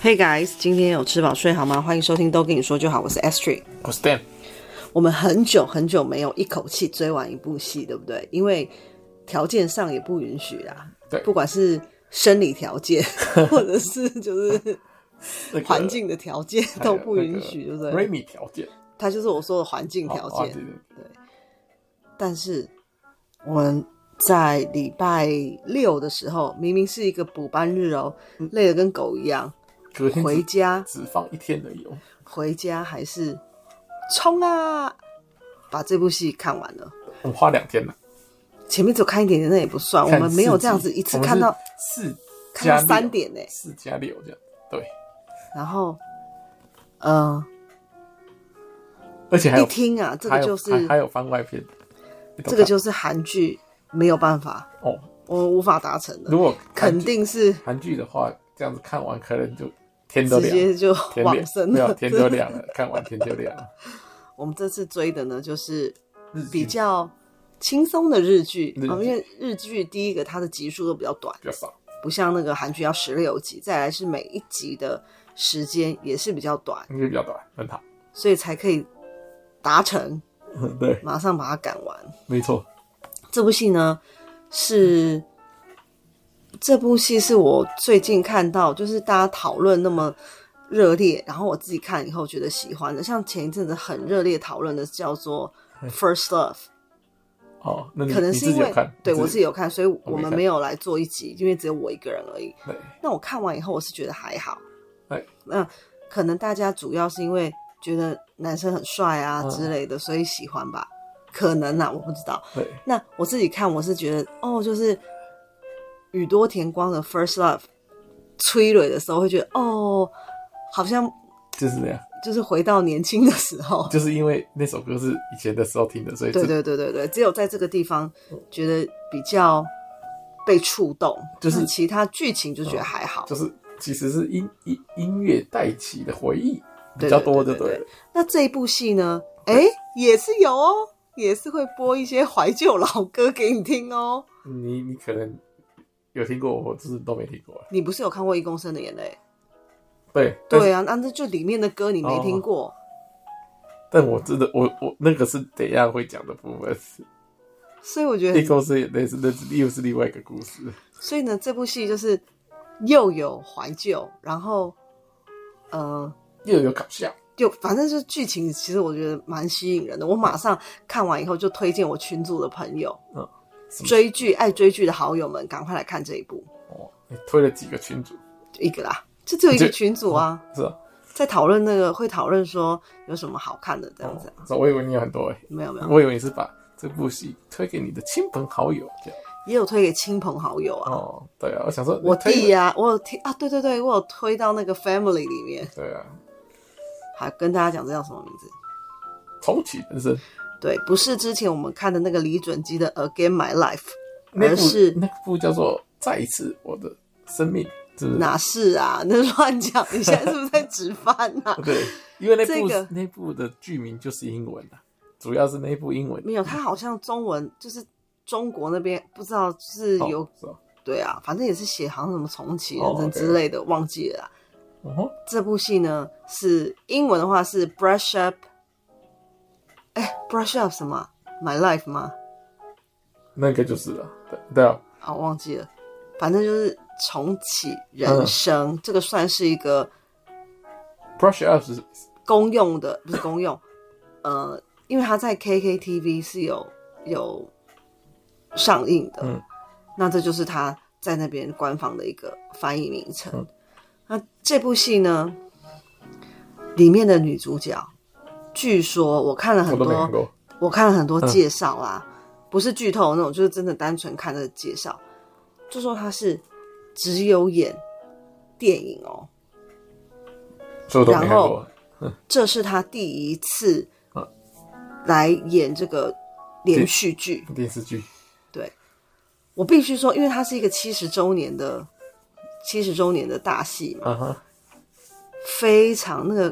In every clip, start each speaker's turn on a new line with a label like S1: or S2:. S1: Hey guys，今天有吃饱睡好吗？欢迎收听都跟你说就好，我是 Astrid。
S2: 我是 Dan，
S1: 我们很久很久没有一口气追完一部戏，对不对？因为条件上也不允许啦，
S2: 对
S1: 不管是生理条件或者是就是
S2: 那个
S1: 环境的条件都不允许，对不对？
S2: Remy 条件，
S1: 它就是我说的环境条
S2: 哦啊
S1: 件。
S2: 对对
S1: 但是我们在礼拜六的时候，明明是一个补班日哦，累得跟狗一样，
S2: 昨天
S1: 回
S2: 只
S1: 家
S2: 只放一天而已哦，
S1: 回家还是冲啊，把这部戏看完了。
S2: 我们花两天了。
S1: 前面只有看一点点，那也不算，啊我
S2: 看
S1: 们没有
S2: 四集
S1: 这样子一次
S2: 我们
S1: 看
S2: 是
S1: 到
S2: 四
S1: 看到
S2: 加
S1: 三
S2: 六
S1: 点呢、
S2: 四加六这样，对，
S1: 然后，呃，
S2: 而且还
S1: 一
S2: 有
S1: 听啊，这
S2: 还
S1: 个
S2: 有
S1: 就是
S2: 还还有番外篇，你都
S1: 这个
S2: 看
S1: 就是韩剧没有办法，
S2: 哦，
S1: 我无法达成的
S2: 如，果韩
S1: 肯
S2: 剧
S1: 定是
S2: 韩剧的话，这样子看完可能就天都
S1: 直
S2: 亮了，
S1: 接就
S2: 天
S1: 往生
S2: 亮，没有
S1: 了。
S2: 天都亮了，看完天就亮了。
S1: 我们这次追的呢，就是
S2: 日剧
S1: 比较轻松的日剧
S2: 日剧
S1: 啊、因为日剧第一个它的集数都比较短，
S2: 比较少，
S1: 不像那个韩剧要十六集，再来是每一集的时间也是比较短，
S2: 因为比较短，很好。
S1: 所以才可以达成，
S2: 对，
S1: 马上把它赶完。
S2: 没错，
S1: 这部戏呢是。这部戏是我最近看到，就是大家讨论那么热烈，然后我自己看以后觉得喜欢的，像前一阵子很热烈讨论的叫做《First Love》，
S2: 哦，哎那你
S1: 可能
S2: 你
S1: 是
S2: 自
S1: 因
S2: 己有
S1: 为
S2: 看，
S1: 对
S2: 你
S1: 我自己有看，所以
S2: 我
S1: 我
S2: 没
S1: 们
S2: 看
S1: 没有来做一集，因为只有我一个人而已。
S2: 对，
S1: 那我看完以后，我是觉得还好。
S2: 哎，
S1: 那可能大家主要是因为觉得男生很帅啊
S2: 嗯
S1: 之类的，所以喜欢吧？可能啊，我不知道。
S2: 对，
S1: 那我自己看，我是觉得哦，就是宇多田光的《First Love》催泪的时候，会觉得哦，好像
S2: 就是这样。
S1: 就是回到年轻的时候。
S2: 就是因为那首歌是以前的时候听的，所以
S1: 对
S2: 就
S1: 对对对对，只有在这个地方
S2: 嗯
S1: 觉得比较被触动，
S2: 就是
S1: 那其他剧情就觉得还好。
S2: 就是其实是音音音乐带起的回忆比较多，就
S1: 对对对
S2: 了。
S1: 那这一部戏呢，哎，也是有哦，也是会播一些怀旧老歌给你听哦。
S2: 你你可能有听过，我就是都没听过。
S1: 你不是有看过《一公升的眼泪
S2: 对》？哦但是
S1: 对啊，那这就里面的歌你没听过，
S2: 但我真的我我那个是等一下会讲的部分，
S1: 所以我觉
S2: 一
S1: 得，
S2: 公司也类似，那是又是另外一个故事。
S1: 所以呢，这部戏就是又有怀旧，然后，呃，
S2: 又有搞笑，
S1: 就反正就是剧情，其实我觉得蛮吸引人的。我马上看完以后就推荐我群组的朋友，
S2: 嗯什么
S1: 追剧爱追剧的好友们，赶快来看这一部，
S2: 哦，你推了几个群主
S1: 就一个啦，就只有一个
S2: 就
S1: 群组啊，
S2: 是吧？
S1: 在讨论那个会讨论说有什么好看的这样子啊、嗯
S2: 哦，是啊我以为你有很多哎、
S1: 没有没有，
S2: 我以为你是把这部戏推给你的亲朋好友这样。
S1: 也有推给亲朋好友啊，
S2: 哦，对啊，我想说
S1: 我
S2: 推
S1: 弟
S2: 了
S1: 呀、我有推啊，对对对，我有推到那个 family 里面，
S2: 对啊，
S1: 还跟大家讲这叫什么名字？
S2: 重启人生。
S1: 对，不是之前我们看的那个李准基的《Again My Life》，
S2: 那
S1: 而
S2: 部
S1: 是
S2: 那部叫做《再一次我的生命》，是不是？
S1: 哪是啊？那乱讲！你现在是不是在值班啊？
S2: 对，因为那
S1: 这
S2: 部、
S1: 个
S2: 那部的剧名就是英文的、主要是那部英文
S1: 没有，他好像中文就是中国那边不知道是
S2: 哦
S1: 有、
S2: 是吧？
S1: 对啊，反正也是写好像什么重启
S2: 哦
S1: 人生
S2: OK
S1: 之类的，忘记了啦。啊
S2: 哦吼，
S1: 这部戏呢是英文的话是 Brush Up，哎，Brush Up 什么啊？My Life 吗？
S2: 那个就是了，对对啊，
S1: 啊，我忘记了，反正就是重启人生，这个算是一个
S2: 《Brush Up》是
S1: 公用的，不是公用，呃，因为它在 KKTV 是有有上映的，
S2: 嗯
S1: 那这就是它在那边官方的一个翻译名称。
S2: 嗯
S1: 那这部戏呢，里面的女主角，据说我看了
S2: 我
S1: 很
S2: 都没
S1: 多
S2: 看，过，嗯
S1: 我看了很多介绍啊，不是剧透那种，就是真的单纯看的介绍，就说她是只有演电影哦，
S2: 所以我都没看
S1: 然后
S2: 过。
S1: 这是他第一次
S2: 嗯
S1: 来演这个连续剧。
S2: 电视剧
S1: 对我必须说，因为它是一个七十周年的七十周年的大戏嘛，
S2: 啊哈，
S1: 非常那个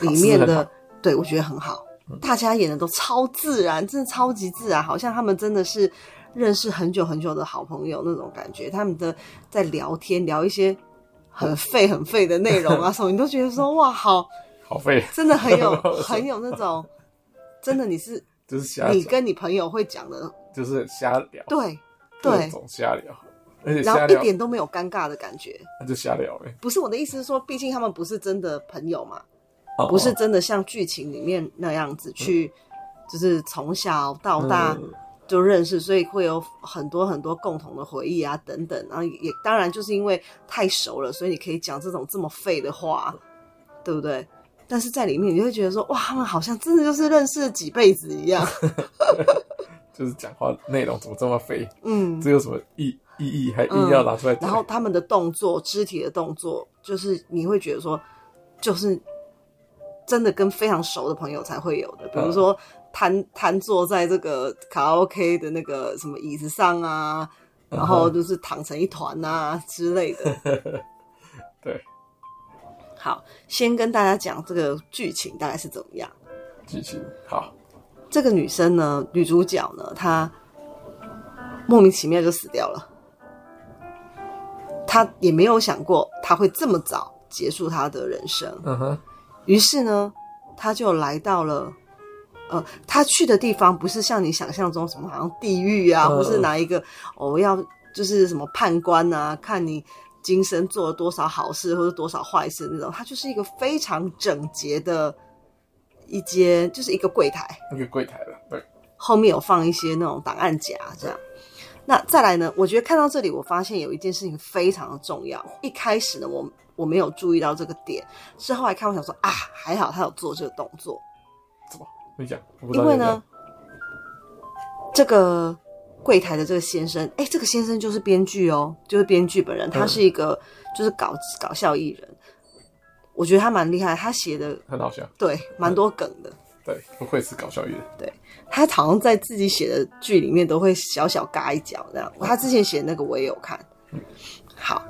S1: 里面
S2: 卡斯很
S1: 的，对我觉得很好，大家演的都超自然，真的超级自然，好像他们真的是认识很久很久的好朋友那种感觉。他们的在聊天，聊一些很废很废的内容啊什么，你都觉得说哇，好，
S2: 好废，
S1: 真的很有很有那种，真的你是
S2: 就是瞎
S1: 你
S2: 讲，
S1: 跟你朋友会讲的，
S2: 就是瞎聊，
S1: 对
S2: 各
S1: 对，
S2: 种瞎聊，而且
S1: 然
S2: 瞎
S1: 后一
S2: 聊
S1: 点都没有尴尬的感觉。
S2: 那就瞎聊呗，
S1: 不是我的意思是说，毕竟他们不是真的朋友嘛，
S2: 哦
S1: 不是真的像剧情里面那样子去，就是从小到大
S2: 嗯
S1: 嗯就认识，所以会有很多很多共同的回忆啊等等。然后也也当然就是因为太熟了，所以你可以讲这种这么废的话，嗯对不对？但是在里面你就会觉得说，哇，他们好像真的就是认识几辈子一 样。
S2: 就是讲话内容怎么这么废，
S1: 嗯，
S2: 这有什么意意义，还硬要拿出来讲？
S1: 然后他们的动作、肢体的动作，就是你会觉得说，就是真的跟非常熟的朋友才会有的，比如说瘫瘫坐在这个卡拉 OK 的那个什么椅子上啊，然后就是躺成一团啊之类的。
S2: 对
S1: 好，先跟大家讲这个剧情大概是怎么样。
S2: 剧情好，
S1: 这个女生呢，女主角呢，她莫名其妙就死掉了。她也没有想过她会这么早结束她的人生，
S2: 嗯哼，
S1: 于是呢，她就来到了，呃，她去的地方不是像你想象中什么好像地狱啊，
S2: 嗯
S1: 或是哪一个哦要就是什么判官啊，看你今生做了多少好事或者多少坏事那种，她就是一个非常整洁的一间，就是一个柜台。
S2: 那个柜台了，对，
S1: 后面有放一些那种档案夹这样。那再来呢？我觉得看到这里，我发现有一件事情非常的重要。一开始呢，我我没有注意到这个点，是后来看我想说啊，还好他有做这个动作，
S2: 怎么你讲？我不知
S1: 因
S2: 道
S1: 为
S2: 你
S1: 呢
S2: 讲，，
S1: 这个柜台的这个先生，哎、这个先生就是编剧哦，就是编剧本
S2: 嗯
S1: 人，他是一个就是搞搞笑艺人，我觉得他蛮厉害，他写的
S2: 很好笑，
S1: 对蛮多梗的。
S2: 对，不愧是搞笑艺人，
S1: 他好像在自己写的剧里面都会小小嘎一脚这样。他之前写的那个我也有看，好，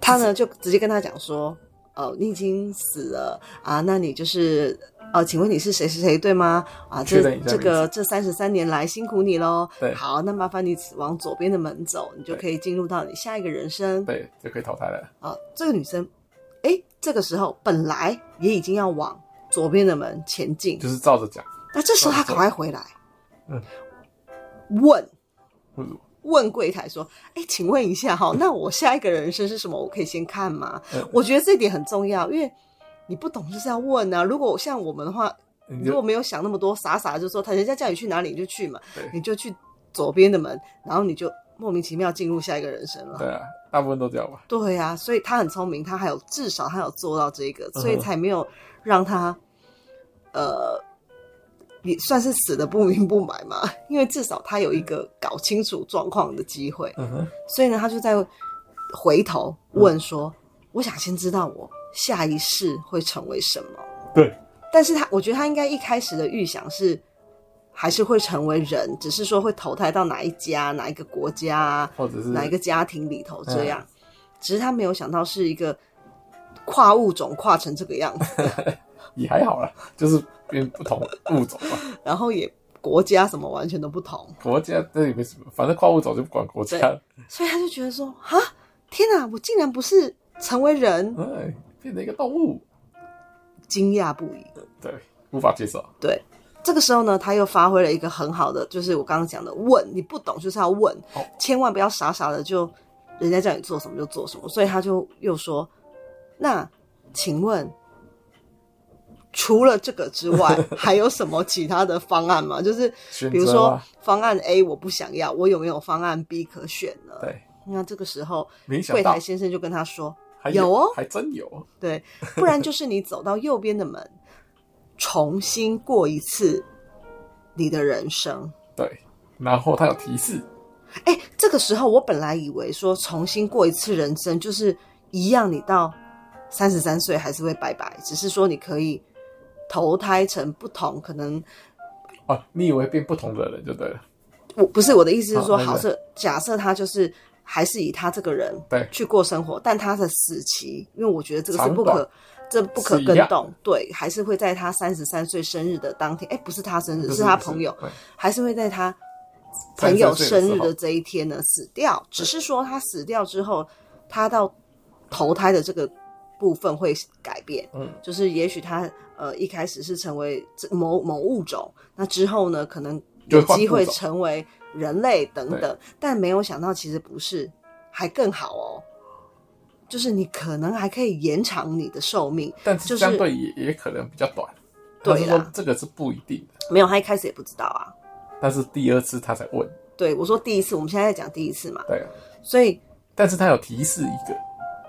S1: 他呢就直接跟他讲说，哦，你已经死了啊，那你就是。哦，请问你是谁谁谁对吗？啊，
S2: 确
S1: 这
S2: 认一下
S1: 这个这三十三年来辛苦你喽。
S2: 对
S1: 好，那麻烦你往左边的门走，你就可以进入到你下一个人生。
S2: 对，就可以淘汰了，
S1: 啊，这个女生，诶，这个时候本来也已经要往左边的门前进，
S2: 就是照着讲，
S1: 那这时候他
S2: 嗯
S1: 赶快回来，
S2: 嗯
S1: 问
S2: 不如
S1: 问柜台说：“哎，请问一下哈，那我下一个人生是什么？我可以先看吗
S2: 嗯？”
S1: 我觉得这一点很重要，因为你不懂就是要问啊。如果像我们的话，
S2: 你
S1: 如果
S2: 就
S1: 没有想那么多，傻傻就说他人家叫你去哪里你就去嘛，
S2: 对
S1: 你就去左边的门，然后你就莫名其妙进入下一个人生了。
S2: 对啊，大部分都这样吧，
S1: 对呀、所以他很聪明，他还有至少他有做到这个，
S2: 嗯哼
S1: 所以才没有让他，呃，也算是死的不明不白嘛。因为至少他有一个搞清楚状况的机会，
S2: 嗯哼，
S1: 所以呢，他就在回头
S2: 嗯
S1: 问说：“我想先知道我下一世会成为什么。”
S2: 对，
S1: 但是他，我觉得他应该一开始的预想是，还是会成为人，只是说会投胎到哪一家、哪一个国家啊、
S2: 或者是
S1: 哪一个家庭里头这样，只是他没有想到是一个跨物种跨成这个样子，
S2: 也还好啦，就是变不同物种嘛，
S1: 然后也国家什么完全都不同，
S2: 国家这也没什么，反正跨物种就不管国家，
S1: 所以他就觉得说啊，天哪，我竟然不是成为人，
S2: 哎，变成一个动物，
S1: 惊讶不已。
S2: 对，无法接受，
S1: 对，这个时候呢，他又发挥了一个很好的，就是我刚刚讲的问，你不懂就是要问，
S2: 好
S1: 千万不要傻傻的就人家叫你做什么就做什么。所以他就又说：“那请问，除了这个之 外，还有什么其他的方案吗？就是
S2: 选
S1: 比如
S2: 择
S1: 说
S2: 啊，
S1: 方案 A 我不想要，我有没有方案 B 可选呢？”
S2: 对，
S1: 那这个时候，
S2: 没想
S1: 柜
S2: 到
S1: 台先生就跟他说
S2: 还
S1: 有哦
S2: 还真有，：“
S1: 对，不然就是你走到右边的门，重新过一次你的人生。”
S2: 对，然后他有提示，
S1: 哎、这个时候我本来以为说重新过一次人生就是一样，你到三十三岁还是会拜拜，只是说你可以投胎成不同，可能
S2: 哦，你以为变不同的人就对了，
S1: 我不是我的意思是说，
S2: 好那个
S1: 好设假设他就是还是以他这个人
S2: 对
S1: 去过生活，但他的死期，因为我觉得这个是
S2: 长
S1: 不可
S2: 短。
S1: 这不可
S2: 是一
S1: 更
S2: 样
S1: 动，对，还是会在他三十三岁生日的当天，哎，不是他生日，
S2: 就是
S1: 他朋友，
S2: 对
S1: 还是会在他朋友生日
S2: 33岁的时
S1: 的这一天呢死掉。只是说他死掉之后，他到投胎的这个部分会改变。
S2: 嗯，
S1: 就是也许他呃一开始是成为这某某物种，那之后呢可能有
S2: 就换
S1: 机会
S2: 物种
S1: 成为人类等等，但没有想到其实不是，还更好哦。就是你可能还可以延长你的寿命，
S2: 但
S1: 就是是
S2: 相对也也可能比较短。
S1: 对啊
S2: 他是说
S1: 啦
S2: 这个是不一定的，
S1: 没有他一开始也不知道啊。
S2: 但是第二次他才问，
S1: 对我说第一次，我们现在在讲第一次嘛，
S2: 对啊。
S1: 所以
S2: 但是他有提示一个，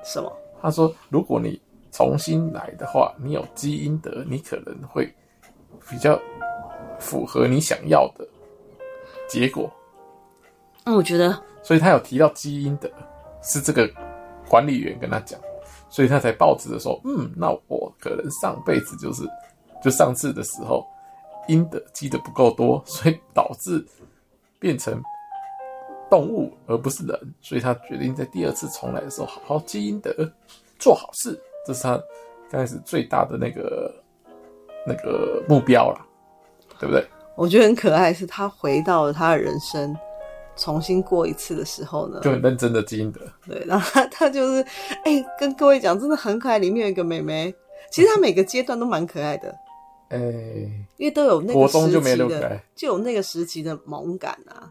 S1: 什么？
S2: 他说如果你重新来的话，你有基因的，你可能会比较符合你想要的结果。
S1: 嗯，我觉得
S2: 所以他有提到基因的，是这个管理员跟他讲，所以他才报知的说，嗯，那我可能上辈子就是，就上次的时候，阴的积的不够多，所以导致变成动物而不是人，所以他决定在第二次重来的时候，好好积阴德，做好事，这是他刚开始最大的那个那个目标啦，对不对？
S1: 我觉得很可爱，是他回到了他的人生，重新过一次的时候呢，
S2: 就很认真的积阴德，
S1: 对，然后他他就是，哎、跟各位讲，真的很可爱。里面有一个妹妹，其实她每个阶段都蛮可爱的，
S2: 哎、
S1: 因为都有那
S2: 国
S1: 个
S2: 中
S1: 时
S2: 就没
S1: 期
S2: 那么可爱
S1: 的，就有那个时期的萌感啊。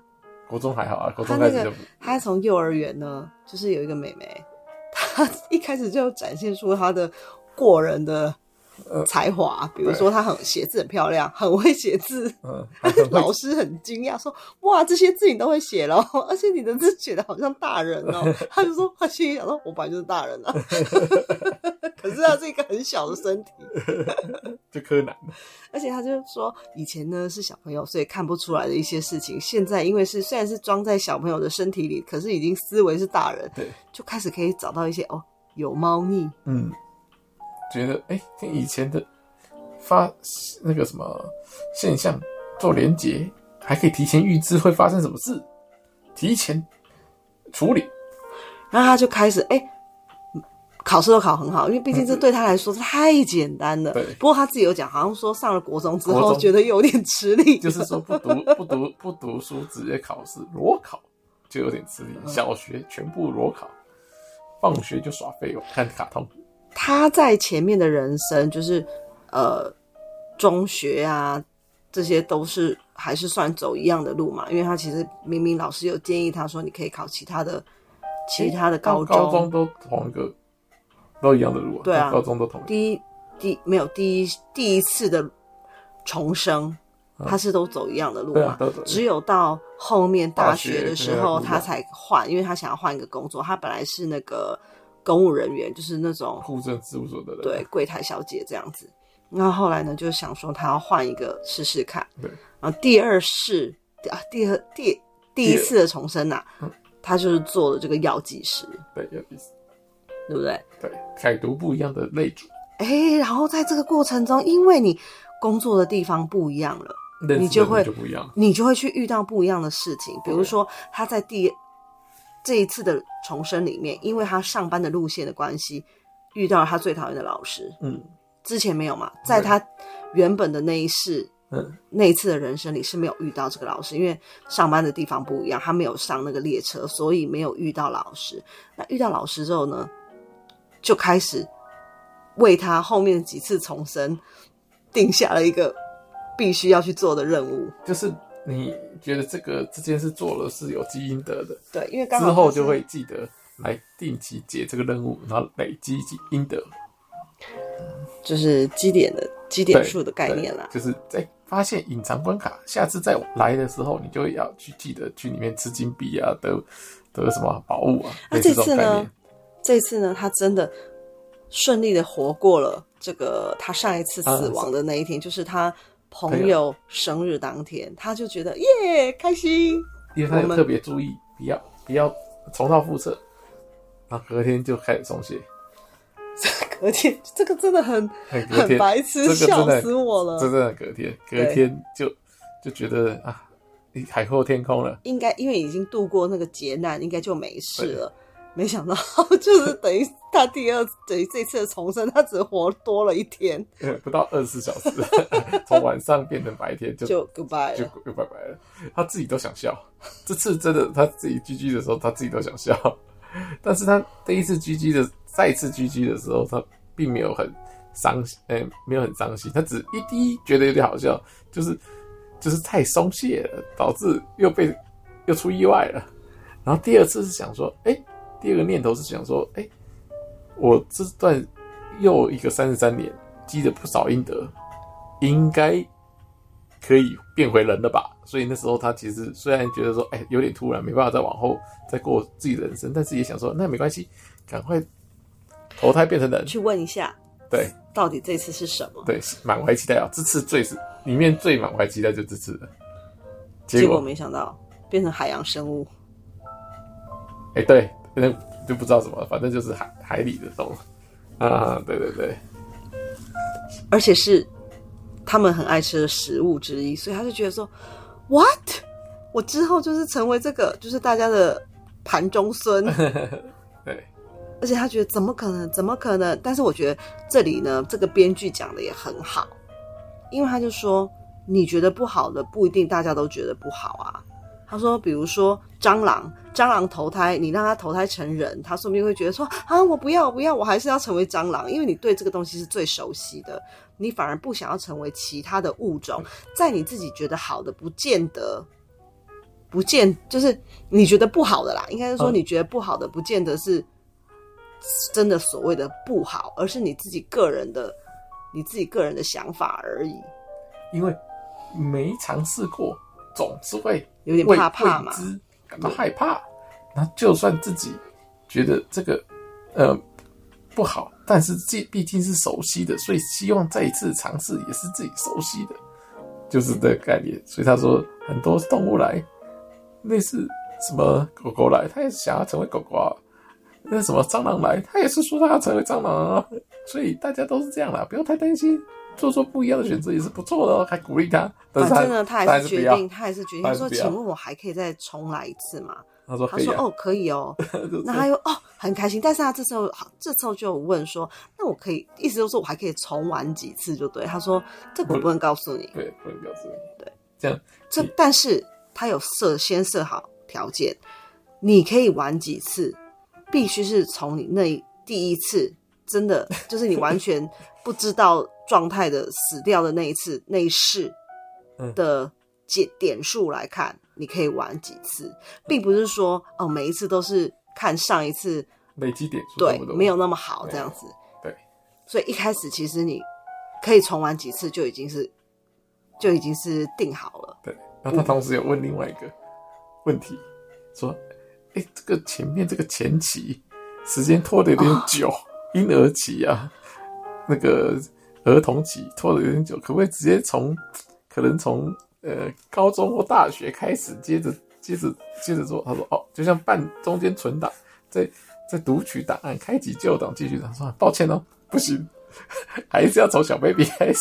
S2: 国中还好啊，国
S1: 她
S2: 中
S1: 那
S2: 开始
S1: 个
S2: 就不。
S1: 她从幼儿园呢，就是有一个妹妹，她 一开始就展现出她的过人的
S2: 呃
S1: 才华，比如说她很写字很漂亮，很会写字。
S2: 嗯， 还很会
S1: 老师很惊讶说：“哇，这些字你都会写了， 而且你的字写的好像大人 哦。”他就说：“他心里想说，我本来就是大人啊，可是他是一个很小的身体，
S2: 就柯南，
S1: 而且他就说以前呢是小朋友，所以看不出来的一些事情，现在因为是虽然是装在小朋友的身体里，可是已经思维是大人，
S2: 对，
S1: 就开始可以找到一些哦，有猫腻，
S2: 嗯，觉得哎、跟以前的发那个什么现象做连结，还可以提前预知会发生什么事，提前处理，
S1: 然后他就开始哎。”考试都考很好，因为毕竟这对他来说太简单了。
S2: 对
S1: 不过他自己有讲，好像说上了国中之
S2: 国
S1: 后
S2: 中
S1: 觉得有点吃力，
S2: 就是说不读不读不读书，直接考试裸考就有点吃力。
S1: 嗯
S2: 小学全部裸考，放学就耍废，我看卡通，
S1: 他在前面的人生就是呃中学啊，这些都是还是算走一样的路嘛，因为他其实明明老师有建议他说你可以考其他的其他的高中，
S2: 高中都同一个，都一样的路、啊，
S1: 对啊
S2: 高中都同一个，
S1: 第一第没有第一第一次的重生。他是都走一样的路
S2: 嗯对
S1: 嘛
S2: 啊，都走一样
S1: 只有到后面大学的时候，
S2: 大学对
S1: 他
S2: 啊
S1: 才换，因为他想要换一个工作。他本来是那个公务人员，就是那种
S2: 户政事务所的人，啊
S1: 对柜台小姐这样子。那后来呢，就想说他要换一个试试看。
S2: 对，
S1: 然后第二世啊，第二第第一次的重生呐、
S2: 嗯
S1: 他就是做了这个药剂师，
S2: 对，有意思，
S1: 对不对？
S2: 对，凯读不一样的类组。
S1: 哎，然后在这个过程中，因为你工作的地方不一样了，
S2: 认识
S1: 你就
S2: 的
S1: 会
S2: 人就不一样。
S1: 你就会去遇到不一样的事情。比如
S2: 对
S1: 说，他在第这一次的重生里面，因为他上班的路线的关系，遇到了他最讨厌的老师。
S2: 嗯
S1: 之前没有嘛，在
S2: 对
S1: 他原本的那一世
S2: 嗯，
S1: 那一次的人生里是没有遇到这个老师，因为上班的地方不一样，他没有上那个列车，所以没有遇到老师。那遇到老师之后呢，就开始为他后面几次重生定下了一个必须要去做的任务。
S2: 就是你觉得这个这件事做了是有基因得的，
S1: 对，因为刚好
S2: 之后
S1: 他是
S2: 就会记得来定期解这个任务，然后累积基因得
S1: 就是基点的基点数的概念啦。
S2: 对就是在发现隐藏关卡，下次再来的时候，你就要去记得去里面吃金币啊，得得什么宝物啊，
S1: 那
S2: 类似
S1: 这次
S2: 这种概
S1: 呢
S2: 念。？
S1: 这次呢？他真的顺利的活过了这个他上一次死亡的那一天，就是他朋
S2: 朋
S1: 友生日当天，他就觉得耶开心。
S2: 因为他
S1: 我
S2: 有
S1: 们
S2: 特别注意，不要不要重蹈覆辙，然后隔天就开始松懈，
S1: 隔天这个真的很
S2: 很哎隔
S1: 很
S2: 天
S1: 白痴，
S2: 这个真的
S1: 笑死我
S2: 真
S1: 了。
S2: 正的隔天，隔
S1: 对
S2: 天就就觉得啊，你海阔天空了。
S1: 应该因为已经度过那个劫难，应该就没事了。没想到就是等于他第二等于这次的重生，他只活多了一天
S2: 呃不到二十四小时， 从晚上变成白天就
S1: 就 goodbye
S2: 就
S1: 了。
S2: 就拜拜了。他自己都想笑， 这次真的他自己 GG 的时候，他自己都想笑。但是他第一次 GG 的再一次 GG 的时候，他并没有很伤心，哎、没有很伤心，他只一滴觉得有点好笑，就是就是太松懈了，导致又被又出意外了。然后第二次是想说，哎、第二个念头是想说，哎、我这段又一个三十三年积了不少阴德，应该可以变回人了吧？所以那时候他其实虽然觉得说，哎、有点突然，没办法再往后再过自己人生，但是也想说，那没关系，赶快投胎变成人。
S1: 去问一下
S2: 对
S1: 到底这次是什么，
S2: 对，满怀期待啊！这次最是里面最满怀期待就这次了。
S1: 结
S2: 结
S1: 果
S2: 果
S1: 没想到变成海洋生物，
S2: 哎、对，那就不知道什么，反正就是海海里的动物啊，对对 对。
S1: 而且是他们很爱吃的食物之一，所以他就觉得说，what？我之后就是成为这个，就是大家的盘中孙。
S2: 对，
S1: 而且他觉得怎么可能，怎么可能？但是我觉得这里呢，这个编剧讲的也很好，因为他就说，你觉得不好的不一定大家都觉得不好啊。他说，比如说蟑螂，蟑螂投胎，你让它投胎成人，它说不定会觉得说啊，我不要，我不要，我还是要成为蟑螂，因为你对这个东西是最熟悉的，你反而不想要成为其他的物种，在你自己觉得好的，不见得，不见就是你觉得不好的啦，应该是说
S2: 嗯
S1: 你觉得不好的，不见得是真的所谓的不好，而是你自己个人的你自己个人的想法而已，
S2: 因为没尝试过，总是会
S1: 有点
S2: 为
S1: 怕怕
S2: 未
S1: 嘛。
S2: 知感到害怕。那就算自己觉得这个呃不好，但是这毕竟是熟悉的，所以希望再一次尝试也是自己熟悉的，就是这个概念。所以他说很多动物来，类似什么狗狗来，它也是想要成为狗狗啊。那什么蟑螂来，它也是说它要成为蟑螂啊，所以大家都是这样啦，不要太担心，做做不一样的选择也是不错的哦，还鼓励他。但
S1: 反
S2: 是他
S1: 正呢，他还
S2: 还
S1: 是
S2: 不
S1: 决
S2: 要
S1: 定，他还是决定。
S2: 他还
S1: 他
S2: 是
S1: 说：“
S2: 不
S1: 请
S2: 要
S1: 问我还可以再重来一次吗
S2: 他说？”
S1: 他
S2: 可以
S1: 说：“
S2: 啊，
S1: 哦，可以 哦。”那他又哦很开心，但是他这时候好，这时候就有问说：“那我可以，意思就是说我还可以重玩几次就对。”他说：“这个我不能告诉你，
S2: 对，不能表示
S1: 对，
S2: 这样
S1: 这但是他有设先设好条件，你可以玩几次，必须是从你那一第一次真的就是你完全不知道状态的死掉的那一次那一世
S2: 嗯
S1: 的点点数来看，你可以玩几
S2: 嗯
S1: 次，并不是说哦每一次都是看上一次
S2: 累积点数
S1: 对
S2: 差不多
S1: 没有那么好
S2: 没有
S1: 这样子，
S2: 对，
S1: 所以一开始其实你可以重玩几次就已经是就已经是定好了。
S2: 对。然后他同时有问另外一个问题，说：“哎，这个前面这个前期时间拖得有点久，婴儿期啊，那个儿童期拖得有点久，可不可以直接从可能从呃高中或大学开始，接着接着接着做？”他说：“哦，就像办中间存档，在在读取档案，开启旧档继续档。”说：“抱歉哦，不行。” 还是要从小 baby 开始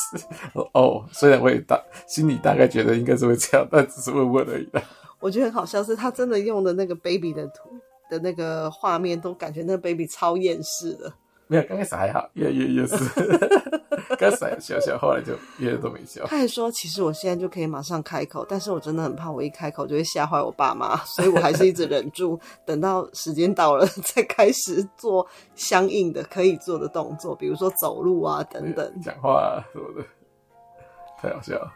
S2: 哦，虽然我也大心里大概觉得应该是会这样，但只是问问而已啦。
S1: 我觉得很好笑，是他真的用的那个 baby 的图的那个画面，都感觉那个 baby 超厌世的。
S2: 没有，刚开始还好，越越越是， 刚开始还笑笑，后来就越来都没笑。
S1: 他还说，其实我现在就可以马上开口，但是我真的很怕我一开口就会吓坏我爸妈，所以我还是一直忍住，等到时间到了 再开始做相应的可以做的动作，比如说走路啊等等。
S2: 讲话、啊、什么的，太好笑了。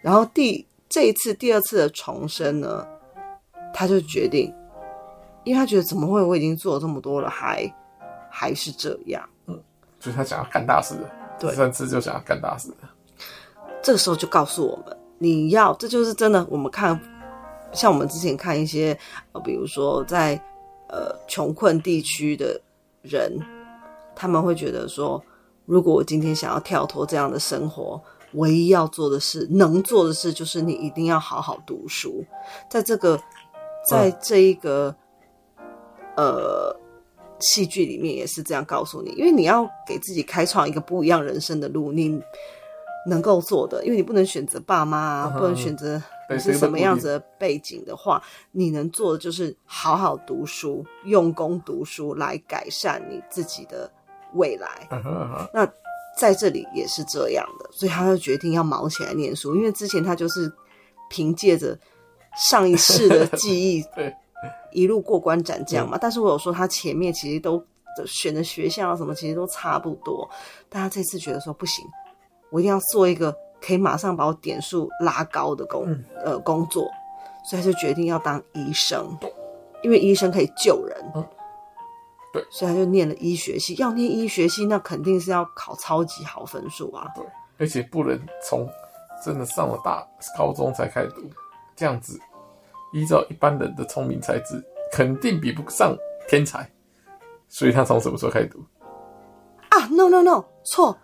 S1: 然后第这一次第二次的重生呢，他就决定，因为他觉得怎么会我已经做了这么多了，还还是这样。
S2: 就是他想要干大事的，
S1: 对
S2: 第三次就想要干大事的，
S1: 这个时候就告诉我们，你要，这就是真的。我们看，像我们之前看一些，呃，比如说在呃穷困地区的人，他们会觉得说，如果我今天想要跳脱这样的生活，唯一要做的事，能做的事就是你一定要好好读书。在这个，在
S2: 嗯
S1: 这一个，呃。戏剧里面也是这样告诉你，因为你要给自己开创一个不一样人生的路，你能够做的，因为你不能选择爸妈啊，
S2: 嗯哼
S1: 不能选择
S2: 对
S1: 你是
S2: 这个
S1: 什么样
S2: 固定
S1: 子的背景的话，你能做的就是好好读书，用功读书来改善你自己的未来。
S2: 嗯哼嗯哼
S1: 那在这里也是这样的，所以他就决定要毛起来念书，因为之前他就是凭借着上一世的记忆
S2: 对
S1: 一路过关斩将嘛。但是我有说他前面其实都选的学校啊什么，其实都差不多。但他这次觉得说不行，我一定要做一个可以马上把我点数拉高的工、
S2: 嗯
S1: 呃工作，所以他就决定要当医生，因为医生可以救人。
S2: 嗯对
S1: 所以他就念了医学系。要念医学系，那肯定是要考超级好分数啊。
S2: 对，而且不能从真的上了大高中才开始读，这样子，依照一般人的聪明才智，肯定比不上天才。所以他从什么时候开始读？
S1: 啊，no no no，错，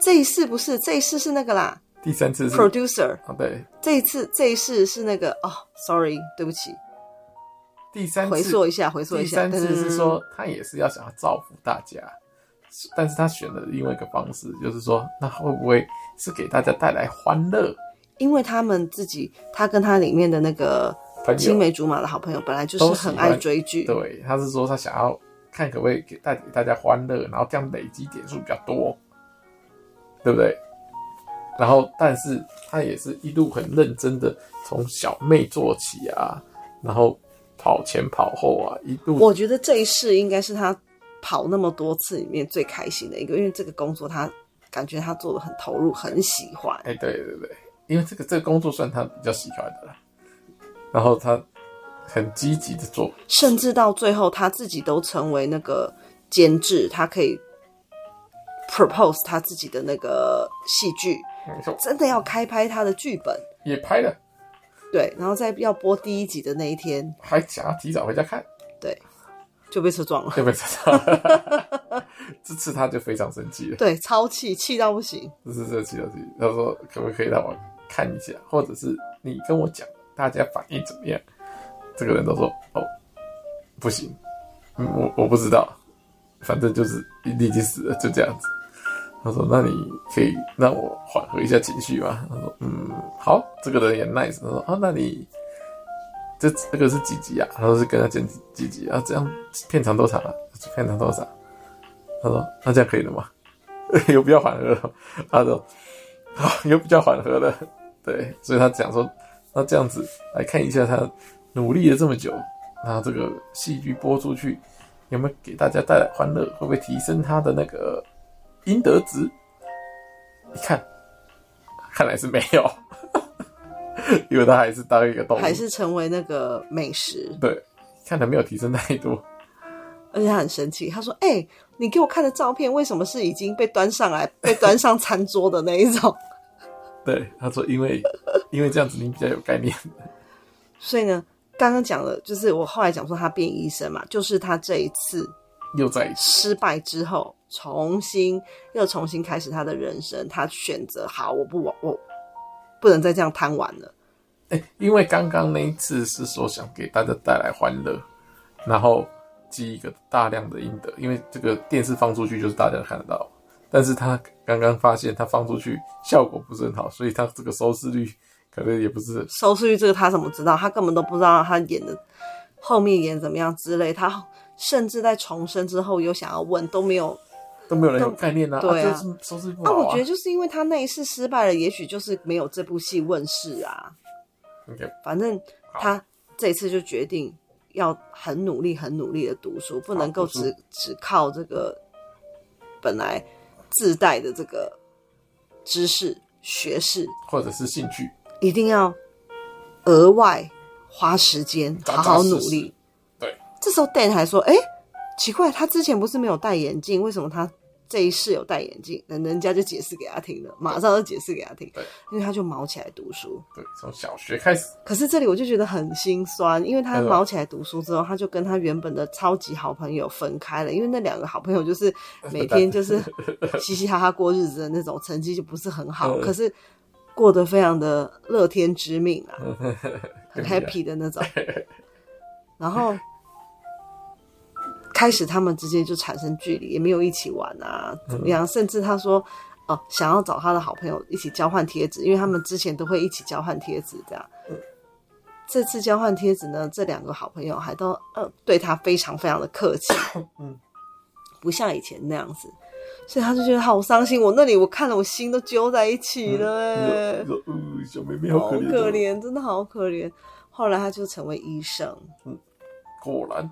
S1: 这一世不是，这一世是那个啦
S2: 第三次是
S1: ，producer，
S2: 啊，对，
S1: 这一次这一世是那个哦，sorry，对不起，
S2: 第三
S1: 回
S2: 次
S1: 溯一下，回溯一
S2: 第
S1: 下，
S2: 三次是
S1: 噔
S2: 说他也是要想要造福大家，但是他选了另外一个方式，就是说那会不会是给大家带来欢乐？
S1: 因为他们自己，他跟他里面的那个
S2: 朋友
S1: 青梅竹马的好朋友，本来就是
S2: 都喜
S1: 很
S2: 欢
S1: 爱追剧，
S2: 对，他是说他想要看可不可以给带给大家欢乐，然后这样累积点数比较多，对不对？然后，但是他也是一路很认真的从小妹做起啊，然后跑前跑后啊，一路
S1: 我觉得这一世应该是他跑那么多次里面最开心的一个，因为这个工作他感觉他做的很投入，很喜欢。
S2: 哎，对对对，因为这个这个工作算他比较喜欢的啦，然后他很积极的做，
S1: 甚至到最后他自己都成为那个监制，他可以 propose 他自己的那个戏剧，
S2: 没错，
S1: 真的要开拍他的剧本，
S2: 也拍了，
S1: 对，然后在要播第一集的那一天
S2: 还想要提早回家看，
S1: 就被车撞 了，
S2: 对不对？这次他就非常生气了。
S1: 对，超气，气到不行，
S2: 就是这期的题，他说可不可以让我看一下，或者是你跟我讲大家反应怎么样？这个人都说哦，不行，嗯我我不知道，反正就是你已经死了，就这样子。他说：“那你可以让我缓和一下情绪吗？”他说：“嗯，好。”这个人也 nice。他说：“啊，那你这这个是几集啊？”他说：“是跟他剪几集啊？这样片长多长啊？片长多长？”他说：“那这样可以了吗？” 有比较缓和了，他说啊，有比较缓和了，对，所以他讲说，那这样子来看一下他努力了这么久，那这个戏剧播出去有没有给大家带来欢乐？会不会提升他的那个应得值？你看，看来是没有， 因为他还是当一个动物，
S1: 还是成为那个美食，
S2: 对，看来没有提升太多。
S1: 而且他很生气，他说：“哎、你给我看的照片为什么是已经被端上来、 被端上餐桌的那一种？”
S2: 对，他说因为因为这样子你比较有概念，
S1: 所以呢，刚刚讲了，就是我后来讲说他变医生嘛，就是他这一次
S2: 又在一起，
S1: 失败之后，重新又重新开始他的人生，他选择好，我不玩，我不能再这样贪玩了。
S2: 哎、因为刚刚那一次是说想给大家带来欢乐，然后积一个大量的阴德，因为这个电视放出去就是大家看得到。但是他刚刚发现他放出去效果不是很好，所以他这个收视率可能也不是
S1: 收视率这个他怎么知道？他根本都不知道他演的后面演怎么样之类。他甚至在重生之后有想要问都没有。
S2: 都没有人有概念啊，
S1: 对啊
S2: 就是收视率不
S1: 那、
S2: 好、啊。
S1: 我觉得就是因为他那一次失败了，也许就是没有这部戏问世啊。
S2: OK，
S1: 反正他这次就决定要很努力、很努力的读书，不能够
S2: 好读书
S1: 只只靠这个本来自带的这个知识学识，
S2: 或者是兴趣，
S1: 一定要额外花时间，
S2: 扎
S1: 好
S2: 扎
S1: 好
S2: 实
S1: 努
S2: 实
S1: 力。
S2: 对，
S1: 这时候 Dan 还说：“哎、奇怪，他之前不是没有戴眼镜，为什么他这一世有戴眼镜？”人人家就解释给他听了，马上就解释给他听
S2: 对，
S1: 因为他就毛起来读书。
S2: 对，从小学开始，
S1: 可是这里我就觉得很心酸，因为他
S2: 真的
S1: 毛起来读书之后，他就跟他原本的超级好朋友分开了，因为那两个好朋友就是每天就是
S2: 哎
S1: 嘻嘻哈哈过日子的那种，成绩就不是很好，
S2: 嗯
S1: 可是过得非常的乐天知命啊，很
S2: 跟你一样
S1: happy 的那种。然后开始他们之间就产生距离，也没有一起玩啊，
S2: 嗯
S1: 怎么样？甚至他说。哦，想要找他的好朋友一起交换贴纸，因为他们之前都会一起交换贴纸，这样。这次交换贴纸呢，这两个好朋友还都呃对他非常非常的客 气，
S2: 嗯，
S1: 不像以前那样子，所以他就觉得好伤心。我那里我看了，我心都揪在一
S2: 嗯
S1: 起了、欸
S2: 你说，嗯，呃小妹妹好
S1: 好
S2: 可怜哦，
S1: 可怜，真的好可怜。后来他就成为医生，
S2: 果然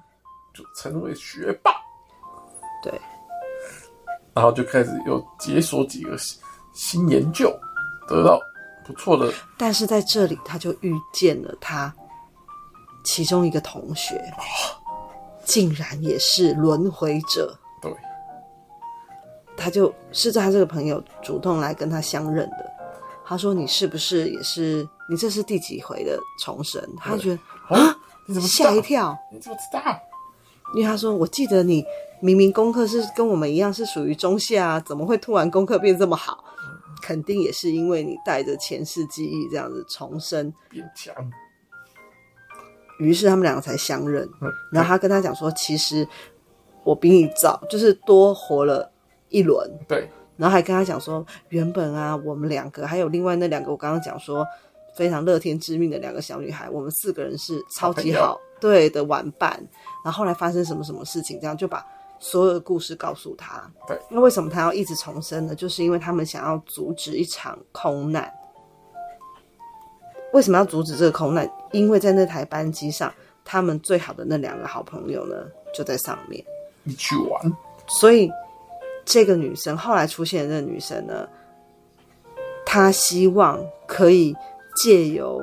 S2: 就成为学霸。
S1: 对，
S2: 然后就开始又解锁几个新新研究，得到不错的
S1: 但是在这里他就遇见了他其中一个同学，竟然也是轮回者，
S2: 对，哦
S1: 他就是在他这个朋友主动来跟他相认的。他说：“你是不是也是你这是第几回的重生？”他觉得
S2: 啊，你怎么知道
S1: 吓一？跳，
S2: 你怎么知道？
S1: 因为他说：“我记得你明明功课是跟我们一样是属于中下啊，怎么会突然功课变这么好？肯定也是因为你带着前世记忆这样子重生。
S2: 变强，”
S1: 于是他们两个才相认。
S2: 嗯
S1: 然后他跟他讲说：“其实我比你早，就是多活了一轮。”
S2: 对，
S1: 然后还跟他讲说，原本啊，我们两个还有另外那两个，我刚刚讲说非常乐天知命的两个小女孩，我们四个人是超级
S2: 好
S1: 好对的玩伴。然后后来发生什么什么事情，这样就把所有的故事告诉他。
S2: 对，
S1: 那为什么他要一直重生呢？就是因为他们想要阻止一场空难。为什么要阻止这个空难？因为在那台班机上，他们最好的那两个好朋友呢，就在上面。
S2: 你去玩，
S1: 所以这个女生后来出现的这个女生呢，她希望可以借由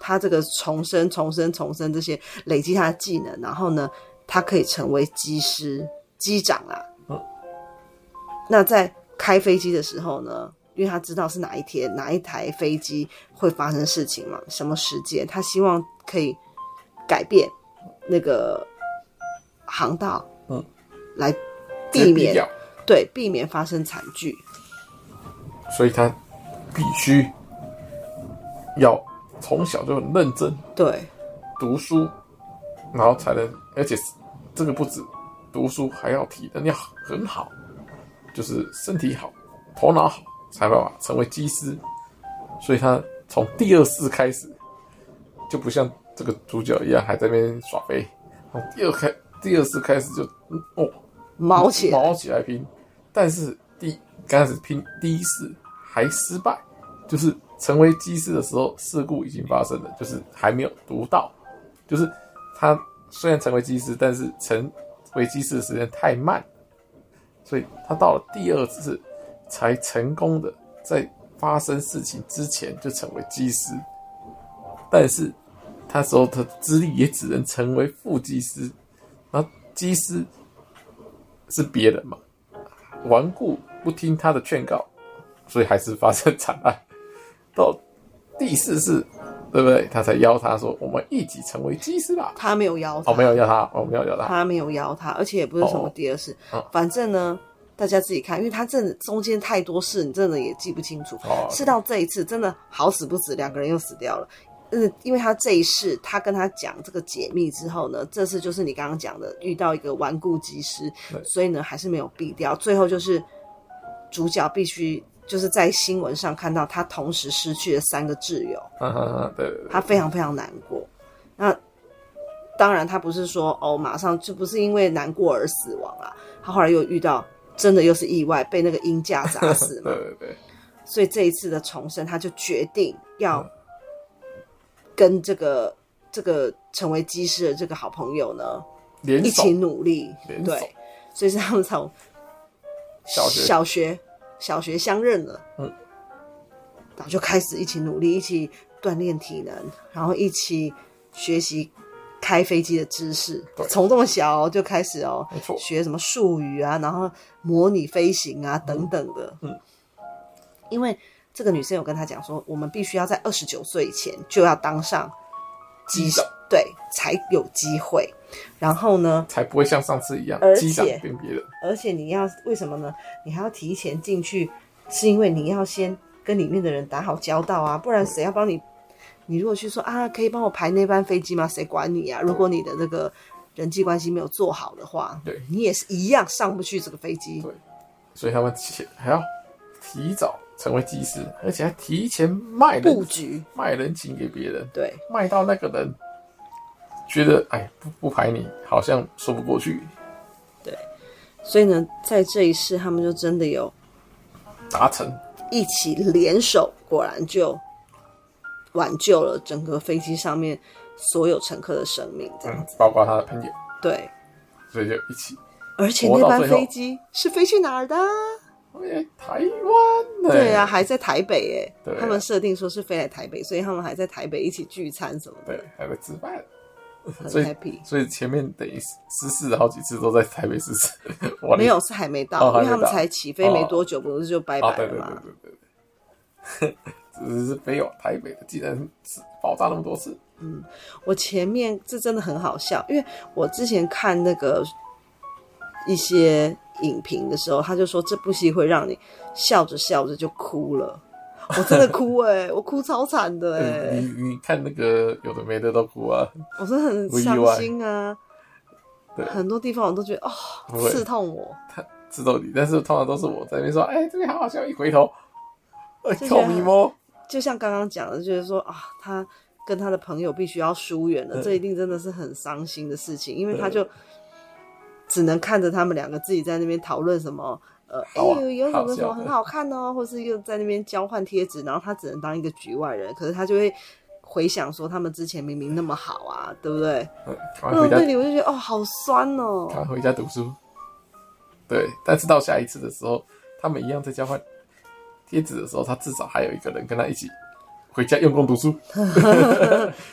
S1: 她这个重生、重生、重生这些累积她的技能，然后呢，她可以成为机师、机长啊。
S2: 嗯
S1: 那在开飞机的时候呢？因为她知道是哪一天哪一台飞机会发生事情嘛，什么时间，她希望可以改变那个航道，
S2: 嗯，
S1: 来
S2: 直接
S1: 避
S2: 毙
S1: 免
S2: 掉，
S1: 对，避免发生惨剧。
S2: 所以他必须要从小就很认真
S1: 对
S2: 读书，然后才能，而且是这个不止读书，还要体能要很好，就是身体好，头脑好，才有办法成为机师。所以他从第二世开始，就不像这个主角一样还在那边耍飞，从第二开第二世开始就嗯哦
S1: 毛起来，
S2: 毛起来拼，但是第刚开始拼第一次还失败，就是成为机师的时候事故已经发生了，就是还没有读到，就是他虽然成为机师，但是成为机师的时间太慢，所以他到了第二次才成功的在发生事情之前就成为机师，但是他时候他的资历也只能成为副机师，然后机师是别人嘛，顽固不听他的劝告，所以还是发生惨案。到第四次，对不对？他才邀他说：“我们一起成为机师吧。
S1: 他没有邀”他，
S2: 哦，没有邀他，我没有邀他。
S1: 他没有邀他，而且也不是什么
S2: 哦
S1: 第二次，
S2: 嗯
S1: 反正呢。大家自己看，因为他真的中间太多事，你真的也记不清楚。
S2: 哦
S1: 是到这一次，真的好死不死，两个人又死掉了。嗯，因为他这一世，他跟他讲这个解密之后呢，这次就是你刚刚讲的，遇到一个顽固技师，
S2: 对
S1: 所以呢还是没有毙掉。最后就是主角必须就是在新闻上看到他同时失去了三个挚友，
S2: 嗯嗯嗯，对对对，
S1: 他非常非常难过。那当然，他不是说哦，马上就不是因为难过而死亡啦。他后来又遇到，真的又是意外被那个鹰架砸死 嘛
S2: 对。对对，
S1: 所以这一次的重生，他就决定要跟这个这个成为机师的这个好朋友呢
S2: 联
S1: 一
S2: 手
S1: 起努力
S2: 联。手
S1: 对，所以是他们从
S2: 小学
S1: 小学小学相认了，
S2: 嗯，
S1: 然后就开始一起努力，一起锻炼体能，然后一起学习开飞机的知识
S2: 对，
S1: 从这么小、就开始哦，
S2: 没错
S1: 学什么术语啊，然后模拟飞行啊等等的，
S2: 嗯
S1: 因为这个女生有跟他讲说，我们必须要在二十九岁以前就要当上
S2: 机长
S1: 对，才有机会。然后呢，
S2: 才不会像上次一样
S1: 而，且
S2: 机长跟别人
S1: 而且你要为什么呢？你还要提前进去，是因为你要先跟里面的人打好交道啊，不然谁要帮你？你如果去说啊，可以帮我排那班飞机吗？谁管你啊？如果你的那个人际关系没有做好的话，
S2: 对
S1: 你也是一样上不去这个飞机
S2: 对。所以他们前还要提早成为技师，而且还提前卖人
S1: 布局。
S2: 卖人情给别人，
S1: 对，
S2: 卖到那个人觉得哎不不排你好像说不过去，
S1: 所以呢，在这一世，他们就真的有
S2: 达成
S1: 一起联手，果然就挽救了整个飞机上面所有乘客的生命，这样
S2: 嗯
S1: 子。，
S2: 包括他的朋友，
S1: 对，
S2: 所以就一起
S1: 而且
S2: 活
S1: 那
S2: 到
S1: 班
S2: 最后
S1: 飞机是飞去哪儿的啊？
S2: 哎台湾呢、
S1: 对啊，，还在台北哎、
S2: 对啊
S1: 他们设定说是飞来台北，所以他们还在台北一起聚餐什么的，
S2: 对，还在吃饭，
S1: 很
S2: 所以啊
S1: happy。
S2: 所以前面等于失事了好几次都在台北失 事，我
S1: 没有是还没到，
S2: 哦还
S1: 因为
S2: 没
S1: 他们
S2: 到
S1: 才起飞没多久，不是就拜
S2: 啊，
S1: 拜
S2: 对
S1: 了
S2: 对
S1: 吗？
S2: 对对对对，只是飞往台北的，竟然是爆炸那么多次，
S1: 我前面这真的很好笑，因为我之前看那个一些影评的时候，他就说这部戏会让你笑着笑着就哭了。我真的哭哎、我哭超惨的哎、
S2: 你你你看那个有的没的都哭啊，
S1: 我真的很
S2: 不意
S1: 伤
S2: 外
S1: 心啊。
S2: 对
S1: 很多地方我都觉得哦
S2: 不，会
S1: 刺痛我，
S2: 他知道你，但是通常都是我在那边说，哎、这边好好笑，一回头，哎、
S1: 这个
S2: 臭咪摸，
S1: 就像刚刚讲的，就是说啊，他跟他的朋友必须要疏远了，
S2: 嗯
S1: 这一定真的是很伤心的事情，因为
S2: 对
S1: 他就只能看着他们两个自己在那边讨论什么，呃，哎
S2: 好啊
S1: 呦，有什
S2: 好
S1: 么什
S2: 笑
S1: 么
S2: 的
S1: 很好看哦，或是又在那边交换贴纸，然后他只能当一个局外人，可是他就会。回想说他们之前明明那么好啊，对不对？
S2: 嗯赶
S1: 那
S2: 快
S1: 种
S2: 回家
S1: 对，你我就觉得哦，好酸哦。
S2: 赶快回家读书。对，但是到下一次的时候，他们一样在交换贴纸的时候，他至少还有一个人跟他一起回家用功读书，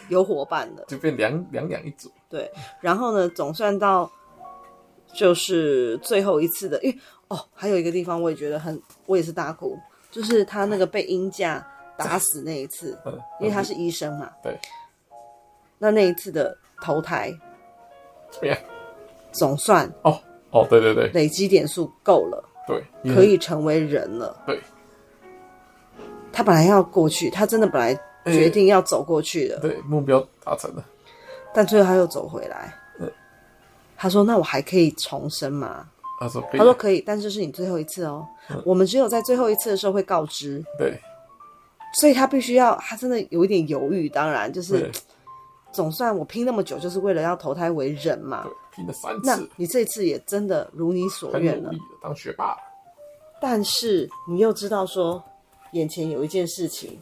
S1: 有伙伴的。
S2: 就变两两两一组。
S1: 对，然后呢，总算到就是最后一次的，因为哦，还有一个地方我也觉得很，我也是大哭，就是他那个被鹰架打死那一次，
S2: 嗯，
S1: 因为他是医生嘛。
S2: 对。
S1: 那那一次的投胎
S2: 怎么样？
S1: 总算
S2: 哦哦，对对对
S1: 累积点数够了，
S2: 对，
S1: 可以成为人了。
S2: 对
S1: 他本来要过去，他真的本来决定要走过去的，
S2: 对，目标达成了。
S1: 但最后他又走回来
S2: 嗯。
S1: 他说：“那我还可以重生吗？”
S2: 他说可以，啊
S1: 他说可以，但这是你最后一次哦。
S2: 嗯
S1: 我们只有在最后一次的时候会告知，
S2: 对
S1: 所以他必须要，他真的有一点犹豫。当然，就是
S2: 对
S1: 总算我拼那么久，就是为了要投胎为人嘛
S2: 对。，拼了三
S1: 那
S2: 次，
S1: 你这次也真的如你所
S2: 很
S1: 愿
S2: 努
S1: 了
S2: 力，的当学霸了。
S1: 但是你又知道说，眼前有一件事情，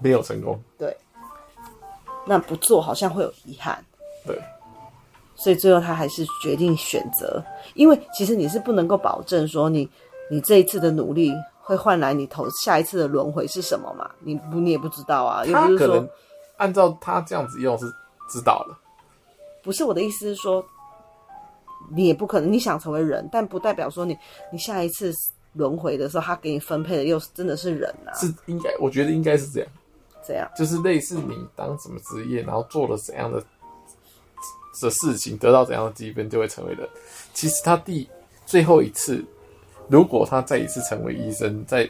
S2: 没有成功，
S1: 对，那不做好像会有遗憾。
S2: 对
S1: 所以最后他还是决定选择，因为其实你是不能够保证说你你这一次的努力会换来你投下一次的轮回是什么嘛？你不你也不知道啊，又
S2: 他
S1: 不是
S2: 可
S1: 说
S2: 能按照他这样子用是知道了，
S1: 不是我的意思是说，你也不可能你想成为人，但不代表说你你下一次轮回的时候，他给你分配的又是真的是人啊，
S2: 是应该，我觉得应该是这样。
S1: 这样
S2: 就是类似你当什么职业，然后做了怎样的的事情，得到怎样的积分，就会成为人。其实他第最后一次，如果他再一次成为医生，再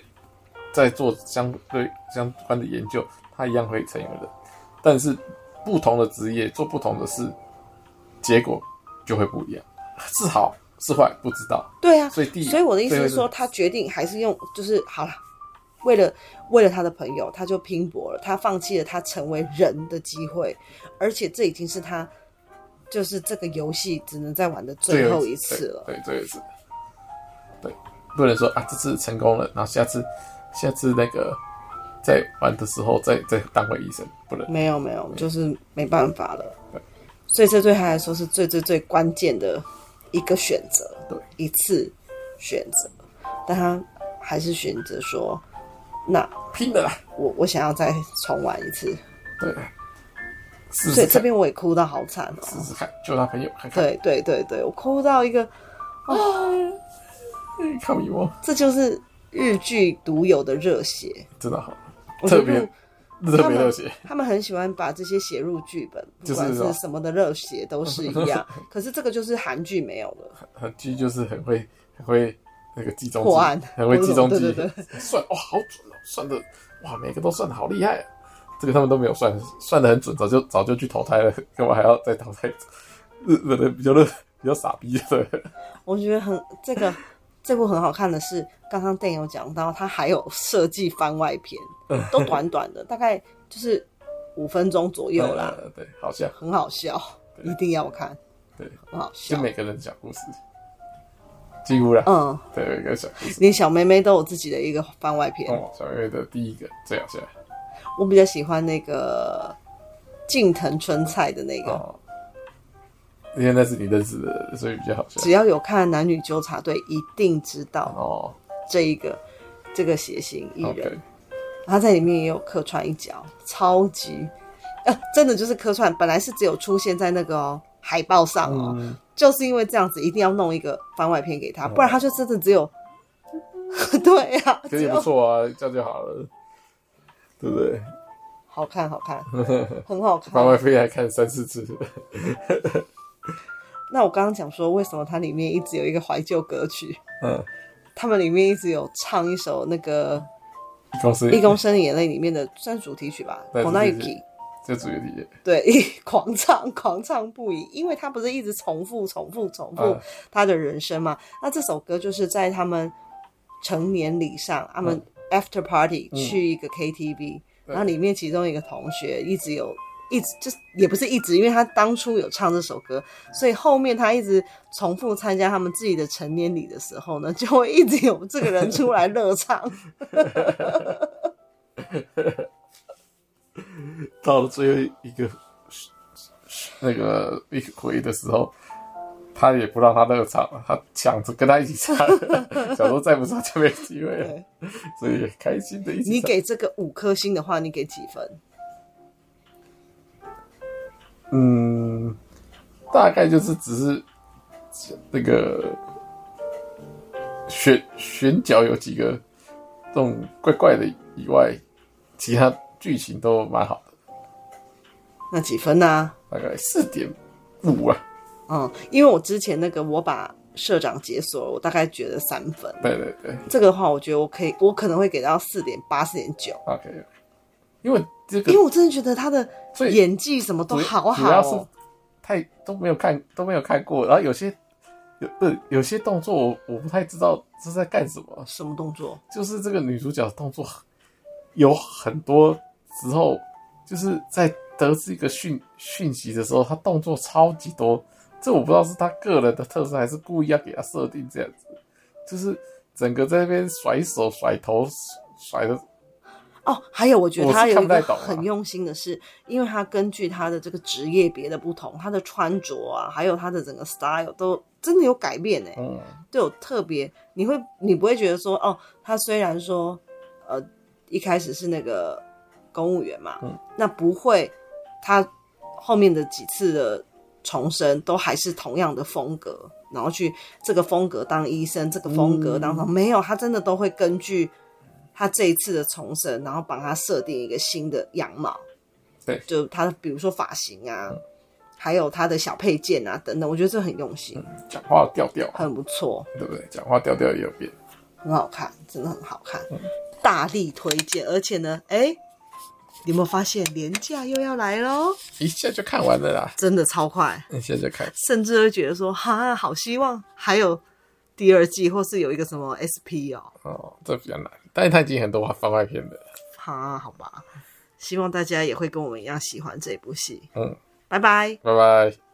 S2: 再做相对相关的研究，他一样会成为人。但是不同的职业做不同的事，结果就会不一样，是好是坏不知道。
S1: 对啊，
S2: 所以第
S1: 所以我的意思是说，
S2: 最后一次
S1: 他决定还是用，就是好了，为了为了他的朋友，他就拼搏了，他放弃了他成为人的机会，而且这已经是他就是这个游戏只能再玩的最后一次了。
S2: 对，对最后一次，对，不能说啊，这次成功了，然后下次，下次那个在玩的时候再再当回医生，不能，
S1: 没有没有，就是没办法了
S2: 对。
S1: 所以这对他来说是最最最关键的一个选择，
S2: 对，
S1: 一次选择，但他还是选择说，那
S2: 拼了啦，
S1: 我我想要再重玩一次，
S2: 对，
S1: 所
S2: 试
S1: 以
S2: 试
S1: 这
S2: 看，
S1: 边我也哭到好惨哦、
S2: 试试看，救他朋友看看，
S1: 对对对对，我哭到一个，
S2: 嗯，看一摸，
S1: 这就是日剧独有的热血。
S2: 真的好，
S1: 我觉
S2: 特
S1: 得
S2: 别
S1: 入
S2: 特别热血，
S1: 他们很喜欢把这些写入剧本，不
S2: 就是
S1: 管
S2: 这种
S1: 是什么的热血都是一样。可是这个就是韩剧没有的，
S2: 很剧就是很会很会那个计中
S1: 破案
S2: 计，很会计中
S1: 对
S2: 计
S1: 对，
S2: 算哇好准哦，算的哇每个都算的好厉害、啊，这个他们都没有算，算的很准，早就早就去投胎了， 干嘛还要再投胎？日本人比较乐比较傻逼的，
S1: 我觉得很这个这部很好看的是，刚刚店有讲到，它还有设计番外篇，都短短的，大概就是五分钟左右啦，
S2: 呃， 对，好像
S1: 很好笑，一定要看，
S2: 对，
S1: 很好
S2: 就
S1: 笑。
S2: 每个人小故事，几乎啦，
S1: 嗯，
S2: 对，有一个小故事，
S1: 连小妹妹都有自己的一个番外篇。
S2: 哦，小月的第一个最好笑，
S1: 我比较嗯喜欢那个近藤春菜的那个，
S2: 哦，因为那是你认识的人，所以比较好笑
S1: 只。要有看男女纠察队，一定知道
S2: 哦
S1: 这一个这个血型艺人。
S2: ，OK，
S1: 他在里面也有客串一角，超级，呃，真的就是客串，本来是只有出现在那个、哦、海报上哦，
S2: 嗯，
S1: 就是因为这样子，一定要弄一个番外篇给他，不然他就真的只有， 对呀、
S2: 觉
S1: 只
S2: 得也不
S1: 有
S2: 错啊，这样就好了，对不对？
S1: 好看，好 看，很好看
S2: 番。外飞还看三四次，
S1: 那我刚刚讲说，为什么它里面一直有一个怀旧歌曲，
S2: 嗯，
S1: 他们里面一直有唱一首那个
S2: 一公司
S1: 《一公升的眼泪》里面的算主题曲吧，《
S2: 对
S1: o n
S2: 主
S1: a
S2: 题
S1: y
S2: 曲
S1: k i
S2: 这主角体验，
S1: 对， 一狂唱狂唱不已，因为他不是一直重复重复重复
S2: 嗯
S1: 他的人生嘛。那这首歌就是在他们成年礼上，他们 after party
S2: 嗯
S1: 去一个 KTV，、
S2: 对
S1: 然后里面其中一个同学一直有。一直就是也不是一直，因为他当初有唱这首歌，所以后面他一直重复参加他们自己的成年礼的时候呢， 就会一直有这个人出来热唱。
S2: 到了最后一个那个一回的时候，他也不让他乐场了，他抢着跟他一起唱， 想说再不唱就没机会了
S1: 对，
S2: 所以也开心的一起
S1: 你
S2: 唱。
S1: 给这个五颗星的话，你给几分？
S2: 嗯，大概就是只是那个选选角有几个这种怪怪的以外，其他剧情都蛮好的，
S1: 那几分呢、
S2: 大概四点五啊，
S1: 嗯，因为我之前那个我把社长解锁了，我大概觉得三分。
S2: 对对对。
S1: 这个的话，我觉得我可以，我可能会给到四点八、四点九，
S2: OK，因为这个
S1: 因为我真的觉得他的
S2: 所以
S1: 演技什么都
S2: 主
S1: 好
S2: 主
S1: 好
S2: 要是
S1: 哦。
S2: 太都没有看都没有看过，然后有些有不有些动作我我不太知道是在干什么，
S1: 什么动作？
S2: 就是这个女主角的动作有很多时候就是在得知一个讯讯息的时候，她动作超级多，这我不知道是她个人的特色还是故意要给她设定这样子，就是整个在那边甩手甩头甩的
S1: 哦，还有我觉得
S2: 我是
S1: 他有
S2: 看
S1: 一
S2: 不太
S1: 个
S2: 懂啊
S1: 很用心的是，因为他根据他的这个职业别的不同，他的穿着啊，还有他的整个 style 都真的有改变哎、
S2: 嗯。
S1: 都有特别，你会你不会觉得说哦，他虽然说呃一开始是那个公务员嘛，
S2: 嗯
S1: 那不会，他后面的几次的重生都还是同样的风格，然后去这个风格当医生，这个风格当什么
S2: 嗯
S1: 没有，他真的都会根据他这一次的重生，然后帮他设定一个新的样貌，
S2: 对嗯
S1: 就他的比如说发型啊。还有他的小配件啊，等等，我觉得这很用心，
S2: 讲话的调调，
S1: 很不错。
S2: 对不对？讲话调调也有变。
S1: 很好看，真的很好看，大力推荐。而且呢，哎、你有没有发现廉价又要来喽？
S2: 一下就看完了啦，
S1: 真的超快，
S2: 一下就看。
S1: 甚至会觉得说，哈，好希望还有第二季，或是有一个什么 SP 哦，
S2: 哦，这比较难，但是他已经很多番外篇的了。
S1: 哈，好吧。希望大家也会跟我们一样喜欢这部戏。
S2: 嗯，
S1: 拜拜。
S2: 拜拜。